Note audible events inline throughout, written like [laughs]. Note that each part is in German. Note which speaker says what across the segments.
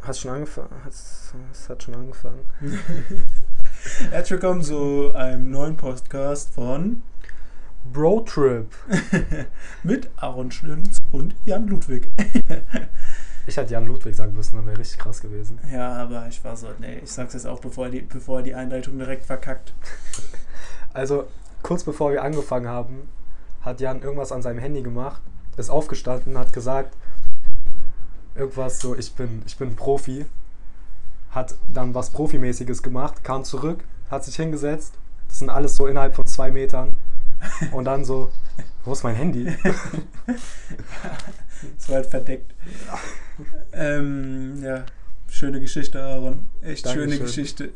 Speaker 1: Hast schon angefangen? Hast, es hat schon angefangen.
Speaker 2: Herzlich willkommen zu einem neuen Podcast von [laughs]
Speaker 1: Bro Trip.
Speaker 2: mit Aaron Schlünz und Jan Ludwig.
Speaker 1: Ich hätte Jan Ludwig sagen müssen, dann wäre richtig krass gewesen.
Speaker 2: ja, aber ich war so, nee, ich sag's jetzt auch, bevor er die, bevor er die Einleitung direkt verkackt.
Speaker 1: Also, kurz bevor wir angefangen haben, hat Jan irgendwas an seinem Handy gemacht, ist aufgestanden und hat gesagt, irgendwas so, ich bin, ich bin Profi. Hat dann was Profimäßiges gemacht, kam zurück, hat sich hingesetzt. Das sind alles so innerhalb von zwei Metern. Und dann so, wo ist mein Handy?
Speaker 2: Es war halt verdeckt. ähm, ja, schöne Geschichte, Aaron. Echt schöne
Speaker 1: Dankeschön.
Speaker 2: Geschichte.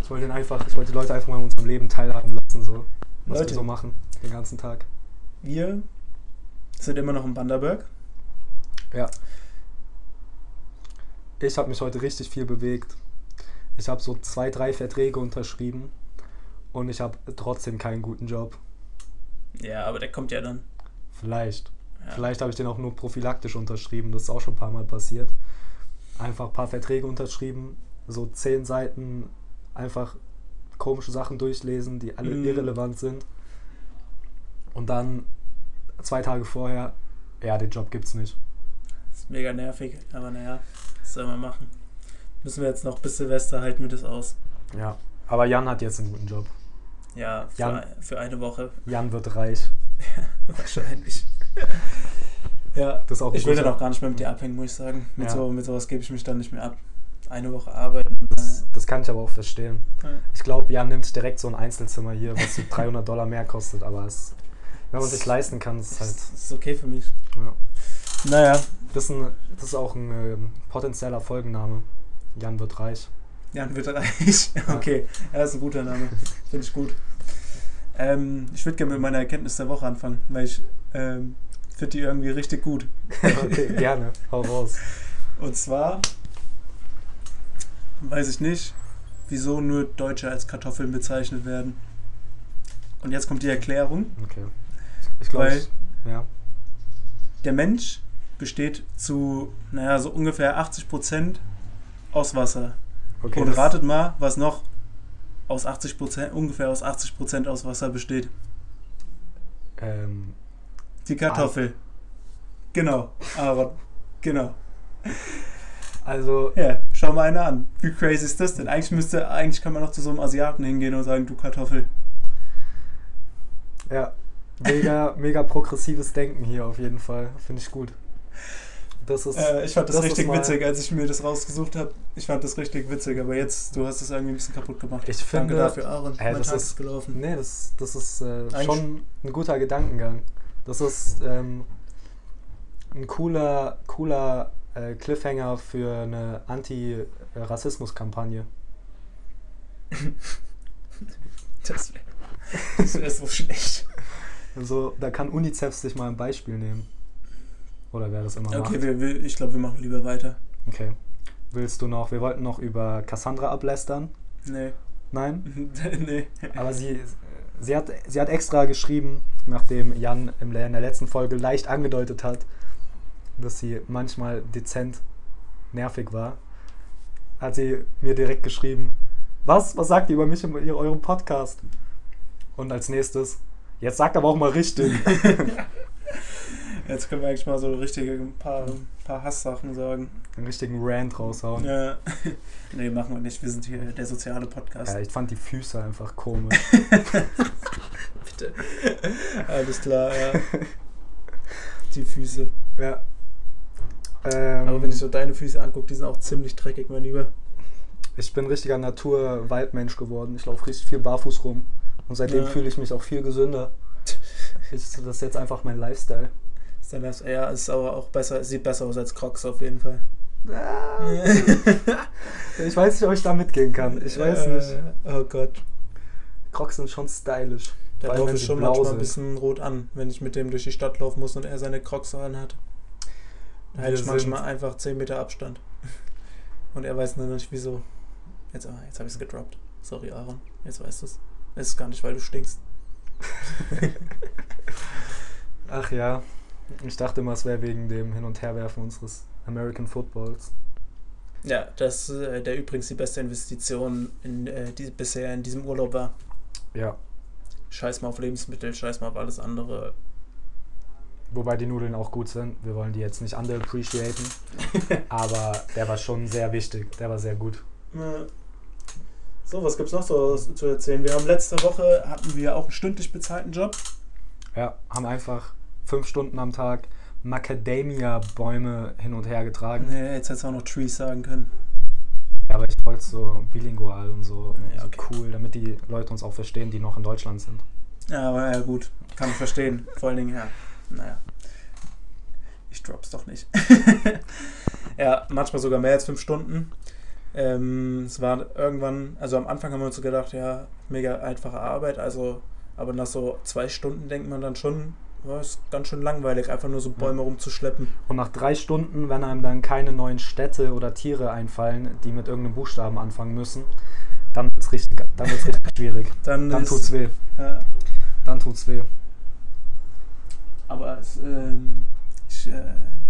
Speaker 1: Ich wollte, ihn einfach, ich wollte die Leute einfach mal an unserem Leben teilhaben lassen, so. Was
Speaker 2: Leute.
Speaker 1: wir so machen, den ganzen Tag.
Speaker 2: Wir sind immer noch in Banderberg.
Speaker 1: Ja. Ich habe mich heute richtig viel bewegt. Ich habe so zwei, drei Verträge unterschrieben und ich habe trotzdem keinen guten Job.
Speaker 2: Ja, aber der kommt ja dann.
Speaker 1: Vielleicht.
Speaker 2: Ja.
Speaker 1: Vielleicht habe ich den auch nur prophylaktisch unterschrieben. Das ist auch schon ein paar Mal passiert. Einfach ein paar Verträge unterschrieben, so zehn Seiten einfach komische Sachen durchlesen, die alle
Speaker 2: Mhm.
Speaker 1: irrelevant sind. Und dann zwei Tage vorher, ja, den Job gibt's nicht.
Speaker 2: Ist mega nervig, aber naja, was soll man machen? Müssen wir jetzt noch bis Silvester halten wir das aus.
Speaker 1: Ja. Aber Jan hat jetzt einen guten Job.
Speaker 2: Ja, für,
Speaker 1: Jan.
Speaker 2: ein- für eine Woche
Speaker 1: Jan wird reich.
Speaker 2: wahrscheinlich. [laughs] ja,
Speaker 1: Das ist auch ein
Speaker 2: ich will dann
Speaker 1: guter-
Speaker 2: auch gar nicht mehr mit dir abhängen, muss ich sagen. Mit,
Speaker 1: Ja.
Speaker 2: so, mit sowas gebe ich mich dann nicht mehr ab. Eine Woche arbeiten.
Speaker 1: Das, das kann ich aber auch verstehen.
Speaker 2: Ja.
Speaker 1: Ich glaube, Jan nimmt sich direkt so ein Einzelzimmer hier, was [laughs] so 300 Dollar mehr kostet, aber es, wenn man sich leisten kann, ist es
Speaker 2: Das
Speaker 1: halt.
Speaker 2: ist okay für mich.
Speaker 1: Ja.
Speaker 2: Naja,
Speaker 1: Das, ist ein, das ist auch ein ähm, potenzieller Folgenname. Jan wird reich.
Speaker 2: Jan wird reich. [laughs] Okay, ja, ist ein guter Name. Finde ich gut. Ähm, ich würde gerne mit meiner Erkenntnis der Woche anfangen, weil ich ähm, finde die irgendwie richtig gut.
Speaker 1: okay, gerne. Hau raus.
Speaker 2: Und zwar weiß ich nicht, wieso nur Deutsche als Kartoffeln bezeichnet werden. Und jetzt kommt die Erklärung.
Speaker 1: Okay. Ich glaube,
Speaker 2: Weil-
Speaker 1: ich- ja.
Speaker 2: Der Mensch besteht zu, naja, so ungefähr 80 Prozent aus Wasser.
Speaker 1: Okay,
Speaker 2: Und
Speaker 1: das-
Speaker 2: ratet mal, was noch aus 80 Prozent, ungefähr aus 80 Prozent aus Wasser besteht.
Speaker 1: Ähm,
Speaker 2: Die Kartoffel. Genau, Aaron. Genau.
Speaker 1: also,
Speaker 2: Ja, schau mal einer an. Wie crazy ist das denn? Eigentlich müsste, eigentlich kann man noch zu so einem Asiaten hingehen und sagen, du Kartoffel.
Speaker 1: ja. Mega, mega progressives Denken hier auf jeden Fall. Finde ich gut. Das ist.
Speaker 2: Äh, ich fand das,
Speaker 1: das ist
Speaker 2: richtig
Speaker 1: mal-
Speaker 2: witzig, als ich mir das rausgesucht habe. Ich fand das richtig witzig, aber jetzt, du hast es irgendwie ein bisschen kaputt gemacht.
Speaker 1: Ich
Speaker 2: Danke
Speaker 1: finde-
Speaker 2: dafür, Aaron.
Speaker 1: Hä,
Speaker 2: mein
Speaker 1: das
Speaker 2: Tag
Speaker 1: ist-
Speaker 2: ist gelaufen.
Speaker 1: Nee, das, das ist äh,
Speaker 2: Eigentlich-
Speaker 1: schon ein guter Gedankengang. Das ist ähm, ein cooler, cooler äh, Cliffhanger für eine Anti-Rassismus-Kampagne.
Speaker 2: Das wäre wär so schlecht.
Speaker 1: Also, da kann UNICEF sich mal ein Beispiel nehmen. Oder wer das immer
Speaker 2: Okay,
Speaker 1: macht.
Speaker 2: wir, wir, ich glaube, wir machen lieber weiter.
Speaker 1: Okay. Willst du noch? Wir wollten noch über Cassandra ablästern.
Speaker 2: Nee. [laughs]
Speaker 1: Nein?
Speaker 2: nee.
Speaker 1: Aber sie, sie, hat, sie hat extra geschrieben, nachdem Jan im- in der letzten Folge leicht angedeutet hat, dass sie manchmal dezent nervig war, hat sie mir direkt geschrieben, was, was sagt ihr über mich in ihr- eurem Podcast? Und als nächstes, jetzt sagt aber auch mal
Speaker 2: [laughs]
Speaker 1: richtig.
Speaker 2: [laughs] Jetzt können wir eigentlich mal so richtige ein paar, ein paar Hasssachen sagen.
Speaker 1: Einen richtigen Rant raushauen. Ja.
Speaker 2: Ja. [laughs] Nee, machen wir nicht. Wir sind hier der soziale Podcast.
Speaker 1: ich fand die Füße einfach
Speaker 2: [laughs]
Speaker 1: komisch.
Speaker 2: Bitte. Alles klar, [laughs] ja. Die Füße.
Speaker 1: ja. Ähm,
Speaker 2: Aber wenn ich so deine Füße angucke, die sind auch ziemlich dreckig, mein Lieber.
Speaker 1: Ich bin richtiger Natur-Waldmensch geworden. Ich laufe richtig viel barfuß rum. Und seitdem
Speaker 2: Ja.
Speaker 1: fühle ich mich auch viel gesünder. Ist das jetzt einfach mein Lifestyle?
Speaker 2: Ist dann das, ja, ist aber auch besser, sieht besser aus als Crocs auf jeden Fall.
Speaker 1: [laughs] Ich weiß nicht, ob ich da mitgehen kann. Ich weiß
Speaker 2: Äh,
Speaker 1: nicht.
Speaker 2: Oh Gott.
Speaker 1: Crocs sind schon stylisch.
Speaker 2: Da
Speaker 1: Vor allem,
Speaker 2: laufe
Speaker 1: wenn
Speaker 2: ich
Speaker 1: sie
Speaker 2: schon
Speaker 1: blau
Speaker 2: manchmal ein
Speaker 1: sind.
Speaker 2: bisschen rot an, wenn ich mit dem durch die Stadt laufen muss und er seine Crocs anhat. Da halte
Speaker 1: Wir
Speaker 2: ich manchmal einfach 10 Meter Abstand. [laughs] Und er weiß noch nicht wieso. Jetzt, ah, jetzt habe ich es gedroppt. Sorry, Aaron. Jetzt weißt du es. Es ist gar nicht, weil du stinkst.
Speaker 1: Ach ja. Ich dachte immer, es wäre wegen dem Hin- und Herwerfen unseres American Footballs.
Speaker 2: Ja, das, äh, der übrigens die beste Investition in, äh, die bisher in diesem Urlaub war.
Speaker 1: Ja.
Speaker 2: Scheiß mal auf Lebensmittel, scheiß mal auf alles andere.
Speaker 1: Wobei die Nudeln auch gut sind. Wir wollen die jetzt nicht underappreciaten. aber der war schon sehr wichtig. Der war sehr gut.
Speaker 2: Ja. So, was gibt's noch so zu erzählen? Wir haben letzte Woche hatten wir auch einen stündlich bezahlten Job.
Speaker 1: Ja, haben einfach fünf Stunden am Tag Macadamia-Bäume hin und her getragen.
Speaker 2: Nee, jetzt hättest du auch noch Trees sagen können.
Speaker 1: Ja, aber ich wollte so bilingual und so,
Speaker 2: Ja,
Speaker 1: so
Speaker 2: okay.
Speaker 1: cool, damit die Leute uns auch verstehen, die noch in Deutschland sind.
Speaker 2: Ja, aber ja gut, kann ich verstehen. Vor allen Dingen, ja, naja. Ich drop's doch nicht. [laughs] ja, manchmal sogar mehr als fünf Stunden. Ähm, es war irgendwann, also am Anfang haben wir uns so gedacht, ja, mega einfache Arbeit, also, aber nach so zwei Stunden denkt man dann schon, ja, ist ganz schön langweilig, einfach nur so Bäume rumzuschleppen.
Speaker 1: Und nach drei Stunden, wenn einem dann keine neuen Städte oder Tiere einfallen, die mit irgendeinem Buchstaben anfangen müssen, dann wird's richtig, dann wird's
Speaker 2: [laughs]
Speaker 1: richtig schwierig.
Speaker 2: Dann,
Speaker 1: Dann
Speaker 2: ist,
Speaker 1: tut's weh.
Speaker 2: Ja,
Speaker 1: Dann tut's weh.
Speaker 2: aber es, ähm, ich äh,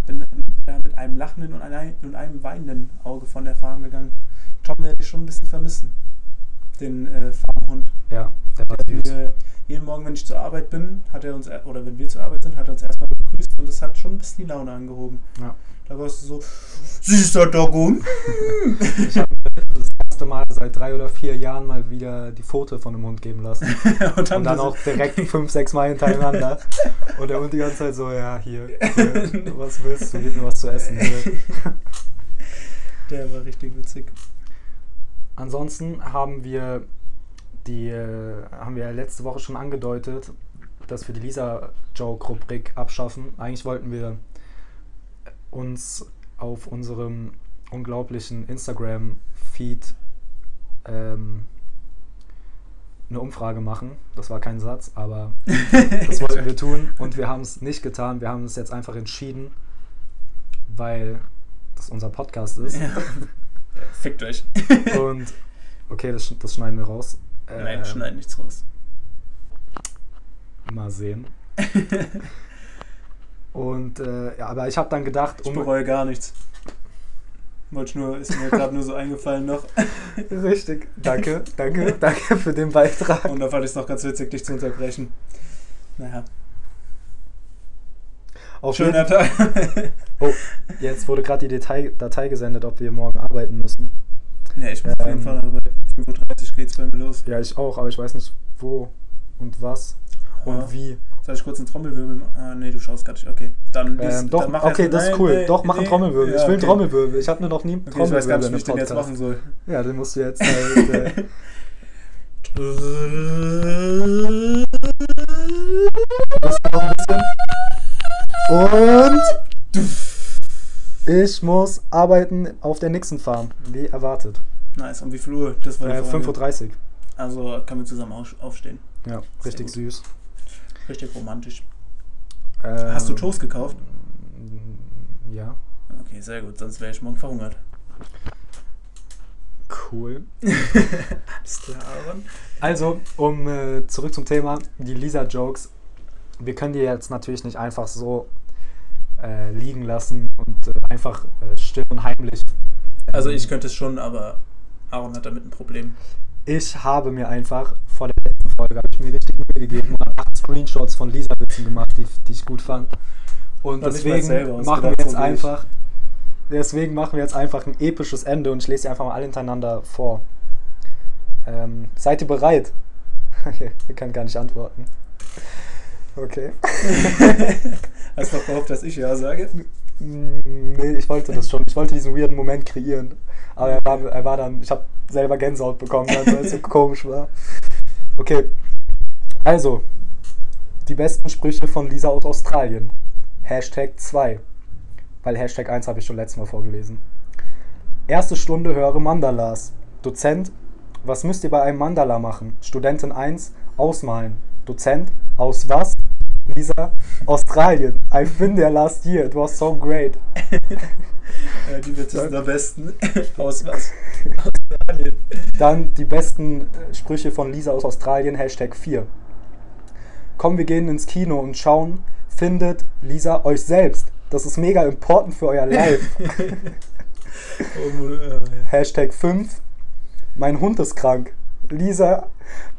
Speaker 2: bin äh, mit einem lachenden und einem, und einem weinenden Auge von der Farm gegangen. Tom werde ich schon ein bisschen vermissen, den äh, Farmhund.
Speaker 1: Ja, der war süß.
Speaker 2: Wir, jeden Morgen, wenn ich zur Arbeit bin, hat er uns, er- oder wenn wir zur Arbeit sind, hat er uns erstmal begrüßt und das hat schon ein bisschen die Laune angehoben.
Speaker 1: Ja.
Speaker 2: Da warst du so, süßer Doggo.
Speaker 1: Das erste Mal seit drei oder vier Jahren mal wieder die Pfote von dem Hund geben lassen.
Speaker 2: [laughs] [laughs] und
Speaker 1: Und dann
Speaker 2: das- [laughs]
Speaker 1: auch direkt fünf, sechs Mal hintereinander. Und der Hund die ganze Zeit so, ja, hier, hier was willst du? Gib mir was zu essen. Hier.
Speaker 2: Der war richtig witzig.
Speaker 1: Ansonsten haben wir die äh, haben wir letzte Woche schon angedeutet, dass wir die Lisa Joke Rubrik abschaffen. Eigentlich wollten wir uns auf unserem unglaublichen Instagram Feed ähm, eine Umfrage machen. Das war kein Satz, aber das wollten
Speaker 2: [laughs]
Speaker 1: wir tun und wir haben es nicht getan. Wir haben es jetzt einfach entschieden, weil das unser Podcast ist.
Speaker 2: Ja. [laughs] Fickt euch.
Speaker 1: [laughs] Und okay, das, sch- das schneiden wir raus.
Speaker 2: Äh, Nein,
Speaker 1: Ähm,
Speaker 2: schneid nichts raus.
Speaker 1: Mal
Speaker 2: [laughs]
Speaker 1: sehen. Und äh, ja, aber ich habe dann gedacht, um
Speaker 2: Ich bereue gar nichts. Wollte ich nur, ist mir gerade nur so eingefallen noch.
Speaker 1: [laughs] richtig,
Speaker 2: [laughs]
Speaker 1: danke, danke, danke für den Beitrag.
Speaker 2: Und da fand ich es noch ganz witzig, dich zu unterbrechen. Naja,
Speaker 1: Auf jeden, Oh,
Speaker 2: schöner Tag. [laughs]
Speaker 1: jetzt wurde gerade die Datei, Datei gesendet, ob wir morgen arbeiten müssen.
Speaker 2: Ne, ich muss auf jeden
Speaker 1: Ähm.
Speaker 2: Fall arbeiten. 5.30 Uhr geht's bei mir los.
Speaker 1: Ja, ich auch, aber ich weiß nicht wo und was und
Speaker 2: Ja.
Speaker 1: wie.
Speaker 2: Soll ich kurz einen Trommelwirbel machen? Ah, nee, du schaust gar nicht. Okay, dann, lies-
Speaker 1: Ähm, doch,
Speaker 2: dann mach
Speaker 1: okay,
Speaker 2: erst-
Speaker 1: das ist
Speaker 2: Nein,
Speaker 1: cool.
Speaker 2: nee,
Speaker 1: doch, mach einen
Speaker 2: nee.
Speaker 1: Trommelwirbel.
Speaker 2: Ja,
Speaker 1: ich will einen
Speaker 2: okay.
Speaker 1: Trommelwirbel. Ich hatte mir noch nie einen
Speaker 2: Okay, ich
Speaker 1: Trommelwirbel
Speaker 2: weiß gar nicht,
Speaker 1: in
Speaker 2: wie
Speaker 1: einem
Speaker 2: ich den jetzt
Speaker 1: Podcast.
Speaker 2: machen soll. [laughs]
Speaker 1: Ja, den musst du jetzt halt. Äh, Das noch ein bisschen. Und ich muss arbeiten auf der Nixon Farm, wie erwartet.
Speaker 2: nice, um wie viel Uhr? Das war die
Speaker 1: Äh,
Speaker 2: Frage.
Speaker 1: 5.30 Uhr.
Speaker 2: Also können wir zusammen auf- aufstehen.
Speaker 1: Ja, richtig süß.
Speaker 2: Richtig romantisch.
Speaker 1: Ähm,
Speaker 2: Hast du Toast gekauft?
Speaker 1: Ja,
Speaker 2: Okay, sehr gut, sonst wäre ich morgen verhungert.
Speaker 1: cool.
Speaker 2: [laughs] Alles klar, Aaron.
Speaker 1: Also, um äh, zurück zum Thema, die Lisa-Jokes. Wir können die jetzt natürlich nicht einfach so äh, liegen lassen und äh, einfach äh, still und heimlich.
Speaker 2: Also ich könnte es schon, aber Aaron hat damit ein Problem. [laughs]
Speaker 1: Ich habe mir einfach vor der letzten Folge habe ich mir richtig Mühe gegeben und habe acht Screenshots von Lisa-Witzen gemacht, die, die ich gut fand. Und
Speaker 2: Hab ich mir selber
Speaker 1: deswegen machen wir
Speaker 2: ausgedacht,
Speaker 1: jetzt
Speaker 2: so wie ich.
Speaker 1: einfach. Deswegen machen wir jetzt einfach ein episches Ende und ich lese sie einfach mal alle hintereinander vor. Ähm, seid ihr bereit? [laughs] ihr könnt gar nicht antworten. Okay.
Speaker 2: Hast du doch gehofft, dass ich ja sage?
Speaker 1: Mm, Nee, ich wollte das schon. Ich wollte diesen weirden Moment kreieren. Aber er war, er war dann, ich habe selber Gänsehaut bekommen, dann, weil es so [laughs] komisch war. Okay. Also, die besten Sprüche von Lisa aus Australien. Hashtag 2. Weil Hashtag 1 habe ich schon letztes Mal vorgelesen. Erste Stunde höre Mandalas. Dozent, was müsst ihr bei einem Mandala machen? Studentin 1, ausmalen. Dozent, aus was? Lisa, Australien. I've been there last year. It was so great.
Speaker 2: Äh, die Witze sind am besten. [laughs] Aus was? Australien.
Speaker 1: Dann die besten äh, Sprüche von Lisa aus Australien, Hashtag 4. Komm, wir gehen ins Kino und schauen. Findet Lisa euch selbst. Das ist mega important für euer
Speaker 2: [laughs]
Speaker 1: Life.
Speaker 2: Irgendwo, äh, ja.
Speaker 1: Hashtag 5. Mein Hund ist krank. Lisa,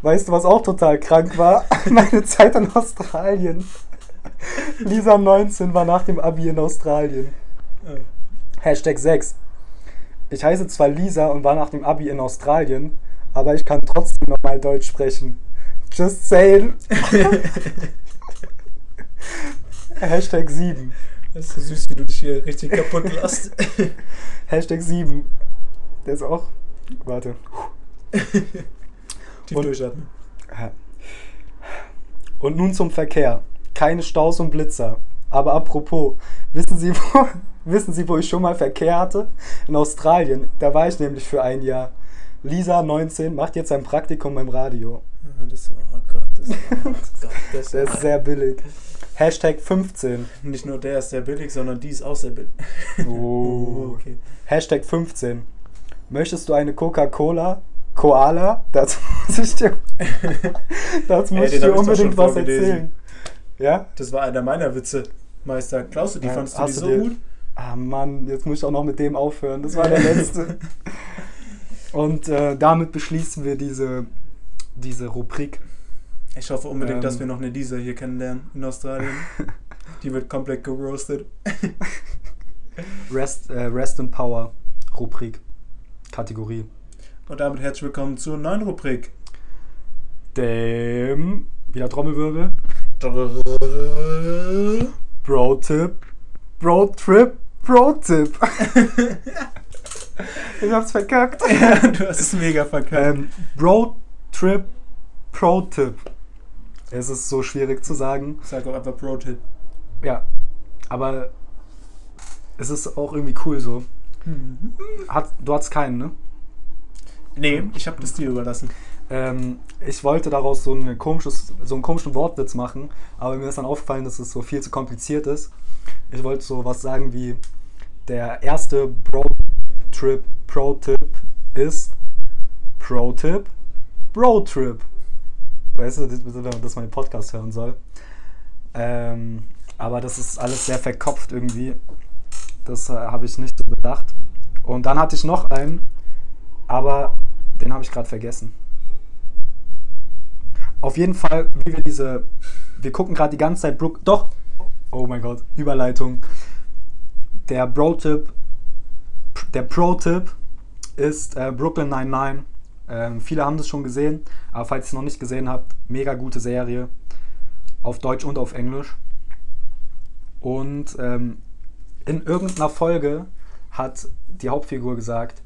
Speaker 1: weißt du, was auch total krank war? [laughs] Meine Zeit in Australien. Lisa 19 war nach dem Abi in Australien.
Speaker 2: Äh,
Speaker 1: Hashtag 6. Ich heiße zwar Lisa und war nach dem Abi in Australien, aber ich kann trotzdem normal Deutsch sprechen. Just saying. [laughs] Hashtag 7.
Speaker 2: [laughs] Das ist so süß, wie du dich hier richtig kaputt [laughs] lässt.
Speaker 1: Hashtag 7. Der ist auch. Warte.
Speaker 2: Tief
Speaker 1: Und-
Speaker 2: durchatmen.
Speaker 1: Und nun zum Verkehr. Keine Staus und Blitzer. Aber apropos, wissen Sie, [laughs] wo, wissen Sie, wo ich schon mal Verkehr hatte? In Australien. Da war ich nämlich für ein Jahr. Lisa, 19, macht jetzt ein Praktikum beim Radio.
Speaker 2: Ah, Das war, oh Gott, das war, oh Gott, das
Speaker 1: Der ist
Speaker 2: war-
Speaker 1: sehr billig. Hashtag 15.
Speaker 2: Nicht nur der ist sehr billig, sondern die ist auch sehr billig.
Speaker 1: Oh.
Speaker 2: [laughs] okay.
Speaker 1: Hashtag 15. Möchtest du eine Coca-Cola? Koala? Dazu [laughs] muss ich
Speaker 2: [laughs]
Speaker 1: dir, dazu
Speaker 2: Ey,
Speaker 1: muss ich
Speaker 2: den hab ich
Speaker 1: dir
Speaker 2: doch
Speaker 1: unbedingt
Speaker 2: schon
Speaker 1: was
Speaker 2: vorgelesen.
Speaker 1: erzählen. Ja?
Speaker 2: Das war einer meiner Witze. Meister Klaus, die
Speaker 1: Ja,
Speaker 2: fandst du
Speaker 1: hast
Speaker 2: die
Speaker 1: du
Speaker 2: so
Speaker 1: dir-
Speaker 2: gut?
Speaker 1: Ah Mann, jetzt muss ich auch noch mit dem aufhören. Das war der
Speaker 2: [laughs]
Speaker 1: letzte. Und äh, damit beschließen wir diese, diese Rubrik.
Speaker 2: Ich hoffe unbedingt,
Speaker 1: Ähm.
Speaker 2: dass wir noch eine Lisa hier kennenlernen
Speaker 1: [laughs]
Speaker 2: in Australien. Die wird komplett geroastet.
Speaker 1: Rest, äh, Rest in Power Rubrik. Kategorie.
Speaker 2: Und damit herzlich willkommen zur
Speaker 1: [laughs]
Speaker 2: neuen Rubrik.
Speaker 1: Dem. Wieder Trommelwirbel.
Speaker 2: Bro
Speaker 1: Bro-Tip. Bro-Trip. Bro-Tip. Ich hab's verkackt.
Speaker 2: Ja, du hast es mega verkackt.
Speaker 1: Ähm, Bro Trip Pro Tip. Es ist so schwierig zu sagen.
Speaker 2: Sag auch einfach Pro-Tip.
Speaker 1: Ja. Aber es ist auch irgendwie cool so. Mhm. Hat, du hattest keinen, ne?
Speaker 2: Nee, ich habe das dir überlassen.
Speaker 1: Ähm, ich wollte daraus so, eine komisches, so einen komischen Wortwitz machen, aber mir ist dann aufgefallen, dass es so viel zu kompliziert ist. Ich wollte so was sagen wie: Der erste Bro Trip Pro Tip ist Pro Tip Bro Trip. Weißt du, das, wenn man das mal im Podcast hören soll. Ähm, aber das ist alles sehr verkopft irgendwie. Das äh, habe ich nicht so bedacht. Und dann hatte ich noch einen, aber den habe ich gerade vergessen. Auf jeden Fall, wie wir diese. Wir gucken gerade die ganze Zeit Brook. Doch! Oh mein Gott, Überleitung. Der Bro-Tipp. Der Pro-Tipp ist äh, Brooklyn 99. Ähm, viele haben das schon gesehen, aber falls ihr es noch nicht gesehen habt, mega gute Serie. Auf Deutsch und auf Englisch. Und ähm, in irgendeiner Folge hat die Hauptfigur gesagt,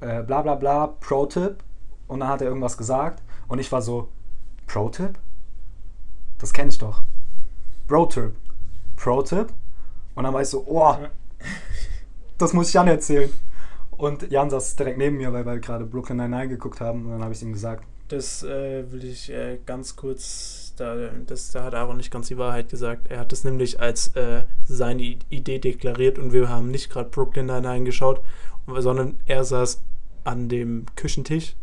Speaker 1: äh, bla bla bla, Pro-Tipp. Und dann hat er irgendwas gesagt. Und ich war so, Pro-Tipp? Das kenne ich doch. Bro-Tipp. Pro-Tipp? Und dann war ich so, oh, das muss ich Jan erzählen. Und Jan saß direkt neben mir, weil wir gerade Brooklyn Nine-Nine geguckt haben. Und dann habe ich ihm gesagt,
Speaker 2: Das äh, will ich äh, ganz kurz, da, das, da hat Aaron nicht ganz die Wahrheit gesagt. Er hat das nämlich als äh, seine I- Idee deklariert und wir haben nicht gerade Brooklyn Nine-Nine geschaut, sondern er saß an dem Küchentisch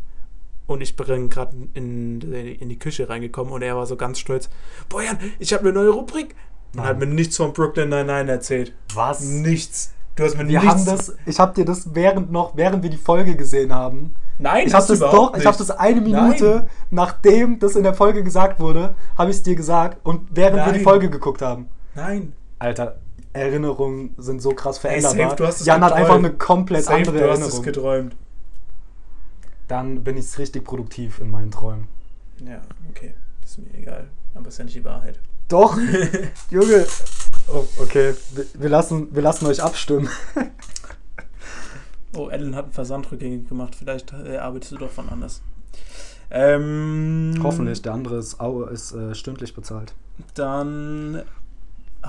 Speaker 2: und ich bin gerade in, in die Küche reingekommen und er war so ganz stolz, boah Jan, ich habe eine neue Rubrik. Und
Speaker 1: Nein.
Speaker 2: hat mir nichts von Brooklyn Nine-Nine erzählt.
Speaker 1: was?
Speaker 2: Nichts. Du hast mir
Speaker 1: Wir
Speaker 2: nichts...
Speaker 1: haben das, ich habe dir das während noch, während wir die Folge gesehen haben,
Speaker 2: Nein,
Speaker 1: Ich habe
Speaker 2: hast du
Speaker 1: das
Speaker 2: überhaupt
Speaker 1: doch, ich habe
Speaker 2: nicht.
Speaker 1: das eine Minute,
Speaker 2: Nein.
Speaker 1: nachdem das in der Folge gesagt wurde, habe ich es dir gesagt und während wir
Speaker 2: Nein.
Speaker 1: die Folge geguckt haben.
Speaker 2: Nein.
Speaker 1: Alter, Erinnerungen sind so krass
Speaker 2: Ey,
Speaker 1: veränderbar.
Speaker 2: safe, du hast es
Speaker 1: Jan hat
Speaker 2: geträumt.
Speaker 1: einfach eine komplett
Speaker 2: Safe,
Speaker 1: andere
Speaker 2: du hast es
Speaker 1: Erinnerung.
Speaker 2: geträumt.
Speaker 1: Dann bin ich richtig produktiv in meinen Träumen.
Speaker 2: Ja, okay. Das ist mir egal. Aber ist ja nicht
Speaker 1: [laughs]
Speaker 2: die Wahrheit.
Speaker 1: Doch, Junge. Oh, okay, wir, wir, lassen, wir lassen euch abstimmen.
Speaker 2: Oh, Ellen hat einen Versand rückgängig gemacht. Vielleicht äh, arbeitest du doch von anders. Ähm,
Speaker 1: Hoffentlich, der andere ist, au- ist äh, stündlich bezahlt.
Speaker 2: Dann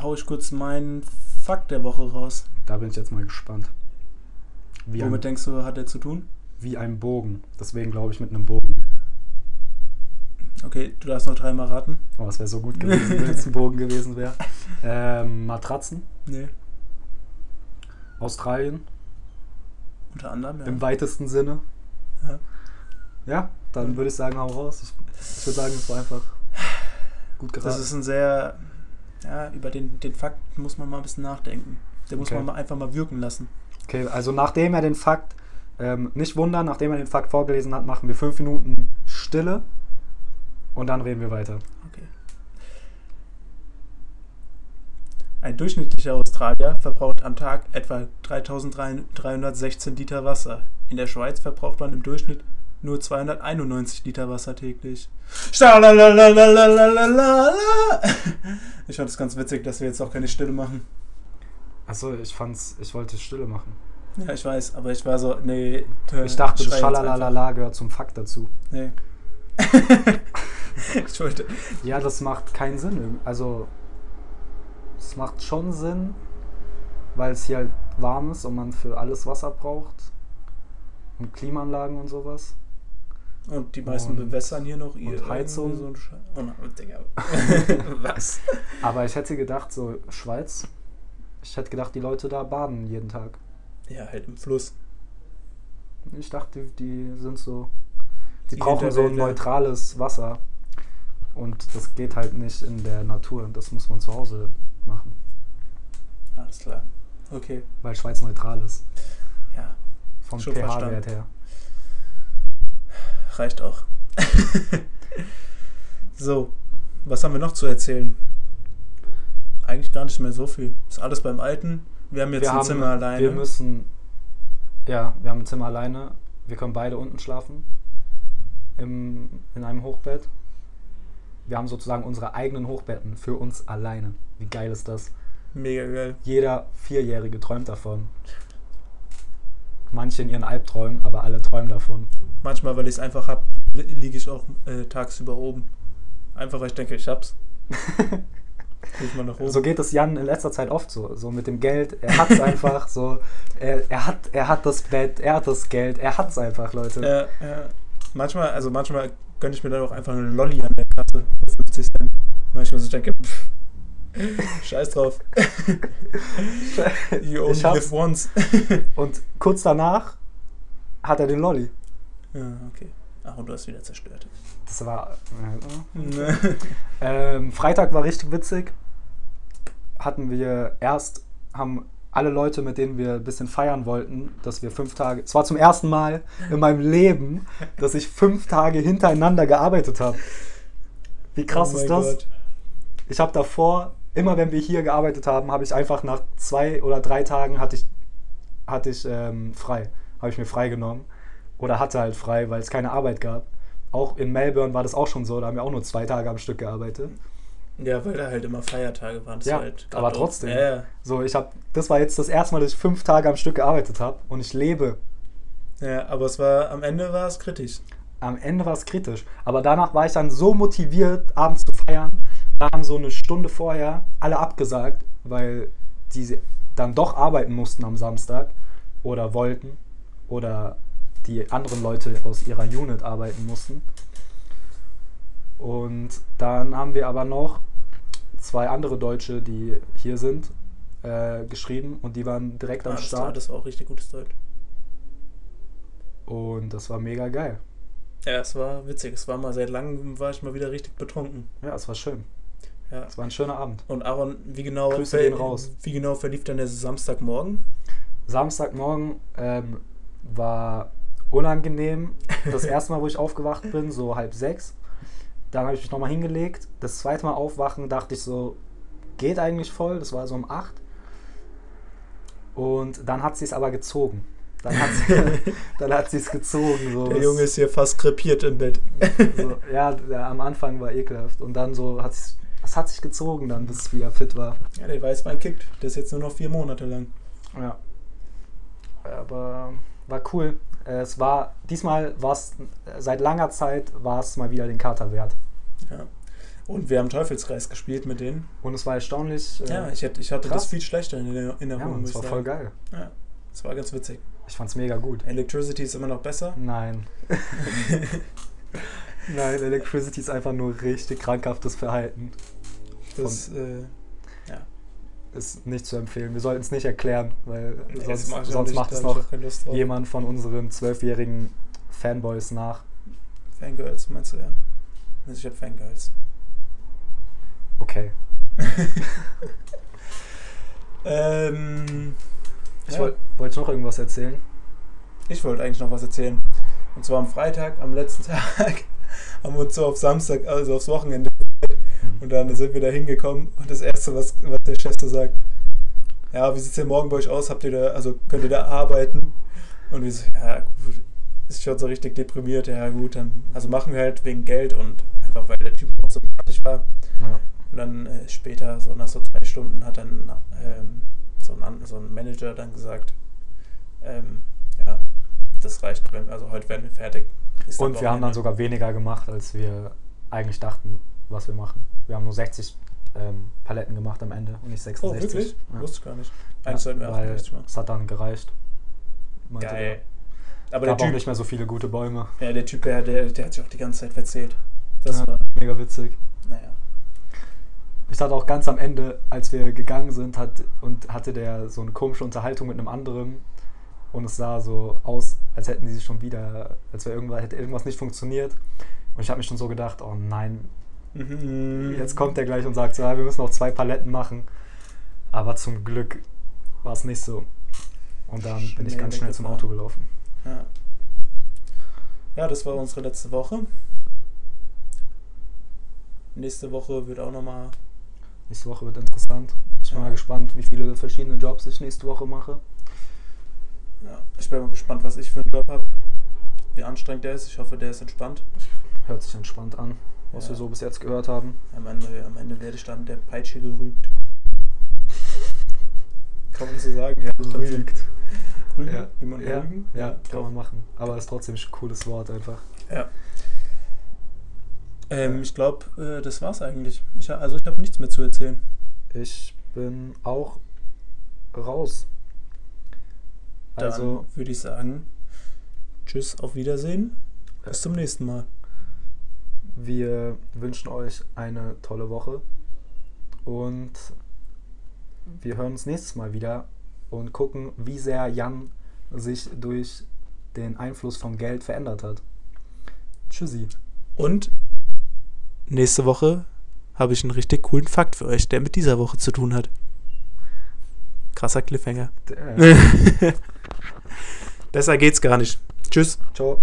Speaker 2: hau ich kurz meinen Fakt der Woche raus.
Speaker 1: Da bin ich jetzt mal gespannt. Wie,
Speaker 2: Womit
Speaker 1: ein,
Speaker 2: denkst du, hat er zu tun?
Speaker 1: wie ein Bogen. Deswegen glaube ich mit einem Bogen.
Speaker 2: Okay, du darfst noch dreimal raten.
Speaker 1: Oh, es wäre so gut gewesen, wenn es ein Bogen gewesen
Speaker 2: [laughs]
Speaker 1: wäre. Ähm, Matratzen,
Speaker 2: Nee.
Speaker 1: Australien,
Speaker 2: Unter anderem, ja.
Speaker 1: im weitesten Sinne.
Speaker 2: Ja.
Speaker 1: Ja, dann würde ich sagen, hau raus. Ich, ich würde sagen, es war einfach gut geraten.
Speaker 2: Das ist ein sehr ja, über den, den Fakt muss man mal ein bisschen nachdenken. Den muss
Speaker 1: Okay.
Speaker 2: man mal einfach mal wirken lassen.
Speaker 1: Okay, also nachdem er den Fakt, ähm, nicht wundern, nachdem er den Fakt vorgelesen hat, machen wir fünf Minuten Stille und dann reden wir weiter.
Speaker 2: Okay. Ein durchschnittlicher Australier verbraucht am Tag etwa 3316 Liter Wasser. In der Schweiz verbraucht man im Durchschnitt nur 291 Liter Wasser täglich. Schalalalalalalalala. [laughs] Ich fand es ganz witzig, dass wir jetzt auch keine Stille machen.
Speaker 1: Achso, ich fand's, ich wollte Stille machen.
Speaker 2: Ja, ich weiß, aber ich war so, nee. tö,
Speaker 1: Ich dachte,
Speaker 2: schrei Äh, jetzt einfach.
Speaker 1: Schalalala gehört zum Fakt dazu.
Speaker 2: Nee. [laughs] ich wollte.
Speaker 1: Ja, das macht keinen Sinn. Also, es macht schon Sinn, weil es hier halt warm ist und man für alles Wasser braucht. Und Klimaanlagen und sowas.
Speaker 2: Und die meisten
Speaker 1: Und-
Speaker 2: bewässern hier noch ihr.
Speaker 1: Heizung.
Speaker 2: irgendwie So ein Scheiß. Oh nein,
Speaker 1: [laughs]
Speaker 2: Digga. [laughs] Was?
Speaker 1: Aber ich hätte gedacht, so Schweiz, ich hätte gedacht, die Leute da baden jeden Tag.
Speaker 2: Ja, halt im Fluss.
Speaker 1: Ich dachte, die sind so. Die,
Speaker 2: Die
Speaker 1: brauchen so ein
Speaker 2: Hinterwälder.
Speaker 1: neutrales Wasser. Und das geht halt nicht in der Natur. Das muss man zu Hause machen,
Speaker 2: Alles klar. Okay.
Speaker 1: weil Schweiz neutral ist.
Speaker 2: Ja,
Speaker 1: Vom
Speaker 2: Schon
Speaker 1: pH-Wert
Speaker 2: verstanden.
Speaker 1: her.
Speaker 2: reicht auch. [laughs] so, was haben wir noch zu erzählen? Eigentlich gar nicht mehr so viel. Ist alles beim Alten. Wir haben jetzt
Speaker 1: wir
Speaker 2: ein
Speaker 1: haben,
Speaker 2: Zimmer alleine.
Speaker 1: Wir müssen. Ja, wir haben ein Zimmer alleine. Wir können beide unten schlafen. Im, in einem Hochbett. Wir haben sozusagen unsere eigenen Hochbetten für uns alleine. Wie geil ist das?
Speaker 2: Mega geil.
Speaker 1: Jeder Vierjährige träumt davon. Manche in ihren Albträumen, aber alle träumen davon. [laughs]
Speaker 2: Manchmal, weil ich es einfach hab, li- liege ich auch äh, tagsüber oben. Einfach, weil ich denke, ich hab's. Lieg mal nach oben.
Speaker 1: So geht es Jan in letzter Zeit oft so. So mit dem Geld. Er
Speaker 2: [laughs]
Speaker 1: hat's einfach so. Er, er, hat, er hat das Bett, er hat das Geld, er hat's einfach, Leute.
Speaker 2: Ja, ja. Manchmal, also manchmal gönne ich mir dann auch einfach eine Lolli an der Kasse für 50 Cent. Manchmal so ich denke, pff, scheiß drauf.
Speaker 1: [laughs]
Speaker 2: You only
Speaker 1: Ich hab's.
Speaker 2: live once. [laughs]
Speaker 1: Und kurz danach hat er den Lolli.
Speaker 2: ja, okay. Ach, und du hast
Speaker 1: [laughs]
Speaker 2: wieder zerstört.
Speaker 1: Das war. äh,
Speaker 2: Ne.
Speaker 1: Ähm, Freitag war richtig witzig. Hatten wir erst, haben alle Leute, mit denen wir ein bisschen feiern wollten, dass wir fünf Tage. Es war zum ersten Mal in meinem Leben, dass ich fünf Tage hintereinander gearbeitet habe. Wie krass
Speaker 2: Oh
Speaker 1: ist
Speaker 2: mein
Speaker 1: das?
Speaker 2: Gott.
Speaker 1: Ich habe davor, immer wenn wir hier gearbeitet haben, habe ich einfach nach zwei oder drei Tagen hatte ich, hatte ich ähm, frei. Habe ich mir frei genommen. Oder hatte halt frei, weil es keine Arbeit gab. Auch in Melbourne war das auch schon so, da haben wir auch nur zwei Tage am Stück gearbeitet.
Speaker 2: Ja, weil da halt immer Feiertage waren. Das
Speaker 1: Ja,
Speaker 2: war halt grad
Speaker 1: aber
Speaker 2: auch-
Speaker 1: trotzdem.
Speaker 2: Ja, ja.
Speaker 1: So, ich habe, das war jetzt das erste Mal, dass ich fünf Tage am Stück gearbeitet habe und ich lebe.
Speaker 2: ja, aber es war, am Ende war es kritisch.
Speaker 1: Am Ende war es kritisch, aber danach war ich dann so motiviert, abends zu feiern. Da haben so eine Stunde vorher alle abgesagt, weil die dann doch arbeiten mussten am Samstag oder wollten oder die anderen Leute aus ihrer Unit arbeiten mussten. Und dann haben wir aber noch zwei andere Deutsche, die hier sind, äh, geschrieben und die waren direkt am
Speaker 2: Alles klar,
Speaker 1: Start.
Speaker 2: Das war auch richtig gutes Deutsch.
Speaker 1: Und das war mega geil.
Speaker 2: Ja, es war witzig. Es war mal seit langem, war ich mal wieder richtig betrunken.
Speaker 1: Ja, es war schön.
Speaker 2: Ja.
Speaker 1: Es war ein schöner Abend.
Speaker 2: Und Aaron, wie genau,
Speaker 1: Grüße
Speaker 2: verl-
Speaker 1: gehen raus.
Speaker 2: wie genau verlief dann
Speaker 1: [laughs]
Speaker 2: der Samstagmorgen?
Speaker 1: Samstagmorgen ähm, war unangenehm.
Speaker 2: [laughs]
Speaker 1: Das erste Mal, wo ich aufgewacht bin, so halb sechs. Dann habe ich mich nochmal hingelegt. Das zweite Mal aufwachen dachte ich so, geht eigentlich voll. Das war so um acht. Und dann hat sie es aber gezogen. Dann hat
Speaker 2: [laughs]
Speaker 1: sie dann hat sie es gezogen. So.
Speaker 2: Der Junge ist hier fast krepiert im Bett.
Speaker 1: so, ja, der, am Anfang war ekelhaft. Und dann so hat sie's- es hat sich gezogen, dann bis ich wieder fit war.
Speaker 2: Ja, der Weißwein kickt. Der ist jetzt nur noch vier Monate lang.
Speaker 1: Ja. Aber war cool. Äh, Es war, diesmal war es, äh, seit langer Zeit war es mal wieder den Kater wert.
Speaker 2: Ja. Und wir haben Teufelskreis gespielt mit denen.
Speaker 1: Und es war erstaunlich. äh,
Speaker 2: Ja, ich, hätte, ich hatte
Speaker 1: krass.
Speaker 2: das viel schlechter in der, in der
Speaker 1: ja,
Speaker 2: Runde,
Speaker 1: Mann, es
Speaker 2: muss ich
Speaker 1: war
Speaker 2: sagen.
Speaker 1: voll geil.
Speaker 2: Ja, es war ganz witzig.
Speaker 1: Ich fand's mega gut.
Speaker 2: Electricity ist immer noch besser. [laughs]
Speaker 1: Nein. Nein, Electricity ist einfach nur richtig krankhaftes Verhalten.
Speaker 2: Das, äh,
Speaker 1: Ist nicht zu empfehlen. Wir sollten es nicht erklären, weil
Speaker 2: nee, das
Speaker 1: sonst,
Speaker 2: mach ich auch
Speaker 1: sonst
Speaker 2: nicht,
Speaker 1: macht
Speaker 2: da
Speaker 1: es
Speaker 2: hab ich
Speaker 1: noch
Speaker 2: auch keine Lust drauf.
Speaker 1: jemand von unseren zwölfjährigen Fanboys nach.
Speaker 2: Fangirls, meinst du, ja? Also ich hab Fangirls.
Speaker 1: Okay.
Speaker 2: ähm,
Speaker 1: Ich
Speaker 2: ja.
Speaker 1: woll- wollte noch irgendwas erzählen.
Speaker 2: Ich wollte eigentlich noch was erzählen. Und zwar am Freitag, am letzten [laughs] Tag, haben wir uns so auf Samstag, also aufs Wochenende.
Speaker 1: Hm.
Speaker 2: Und dann sind wir da hingekommen und das Erste, was, was der Chef so sagt, ja, wie sieht es denn morgen bei euch aus? Habt ihr da, also könnt ihr da arbeiten? Und wir so, ja, gut, ist schon so richtig deprimiert, ja gut, dann, also machen wir halt wegen Geld und einfach weil der Typ auch so fertig war.
Speaker 1: Ja.
Speaker 2: Und dann äh, später, so nach so drei Stunden, hat dann ähm, so, ein, an- so ein Manager dann gesagt, ähm, ja, das reicht, wenn- also heute werden wir fertig. Ist
Speaker 1: Und wir haben dann
Speaker 2: Wochenende.
Speaker 1: sogar weniger gemacht, als wir eigentlich dachten, was wir machen. Wir haben nur 60 ähm, Paletten gemacht am Ende und nicht
Speaker 2: Oh,
Speaker 1: 66.
Speaker 2: wirklich?
Speaker 1: Ja.
Speaker 2: Wusste ich gar nicht.
Speaker 1: Ja,
Speaker 2: Eigentlich sollten wir
Speaker 1: weil
Speaker 2: 68 machen.
Speaker 1: Es hat dann gereicht. Meinte
Speaker 2: Geil.
Speaker 1: Der.
Speaker 2: Aber
Speaker 1: Gab
Speaker 2: der
Speaker 1: auch
Speaker 2: Typ,
Speaker 1: nicht mehr so viele gute Bäume.
Speaker 2: ja, der Typ, der, der, der hat sich auch die ganze Zeit verzählt. Das
Speaker 1: Ja.
Speaker 2: war,
Speaker 1: Mega witzig.
Speaker 2: naja.
Speaker 1: Ich hatte auch ganz am Ende, als wir gegangen sind, hat, und hatte der so eine komische Unterhaltung mit einem anderen. Und es sah so aus, als hätten die sich schon wieder, als wäre irgendwas, hätte irgendwas nicht funktioniert. Und ich habe mich schon so gedacht, oh nein,
Speaker 2: Mhm.
Speaker 1: jetzt kommt er gleich und sagt so, ja, wir müssen noch zwei Paletten machen. Aber zum Glück war es nicht so. Und dann bin ich
Speaker 2: Schnell
Speaker 1: ganz schnell zum
Speaker 2: weggefahren.
Speaker 1: Auto gelaufen.
Speaker 2: Ja. ja, das war unsere letzte Woche. Nächste Woche wird auch nochmal
Speaker 1: Nächste Woche wird interessant. Ich bin
Speaker 2: Ja.
Speaker 1: mal gespannt, wie viele verschiedene Jobs ich nächste Woche mache.
Speaker 2: Ja, ich bin mal gespannt, was ich für einen Job habe. Wie anstrengend der ist. Ich hoffe, der ist entspannt.
Speaker 1: Hört sich entspannt an, was
Speaker 2: Ja.
Speaker 1: wir so bis jetzt gehört haben.
Speaker 2: Am Ende, am Ende werde ich dann der
Speaker 1: [laughs]
Speaker 2: Peitsche gerügt. Kann man das so sagen? Ja, trotzdem. Rügen?
Speaker 1: Ja.
Speaker 2: Wie man
Speaker 1: Ja.
Speaker 2: rügen?
Speaker 1: ja, kann
Speaker 2: doch.
Speaker 1: man machen. Aber ist trotzdem ein cooles Wort einfach.
Speaker 2: Ja. Ähm, ich glaube, äh, das war's eigentlich. Ich, ha- also ich habe nichts mehr zu erzählen.
Speaker 1: Ich bin auch raus.
Speaker 2: Dann
Speaker 1: Also,
Speaker 2: würde ich sagen, tschüss, auf Wiedersehen. Bis zum nächsten Mal.
Speaker 1: wir wünschen euch eine tolle Woche und wir hören uns nächstes Mal wieder und gucken, wie sehr Jan sich durch den Einfluss von Geld verändert hat. Tschüssi.
Speaker 2: Und nächste Woche habe ich einen richtig coolen Fakt für euch, der mit dieser Woche zu tun hat. Krasser [laughs] Cliffhanger.
Speaker 1: Äh,
Speaker 2: Besser geht's gar nicht. Tschüss.
Speaker 1: Ciao.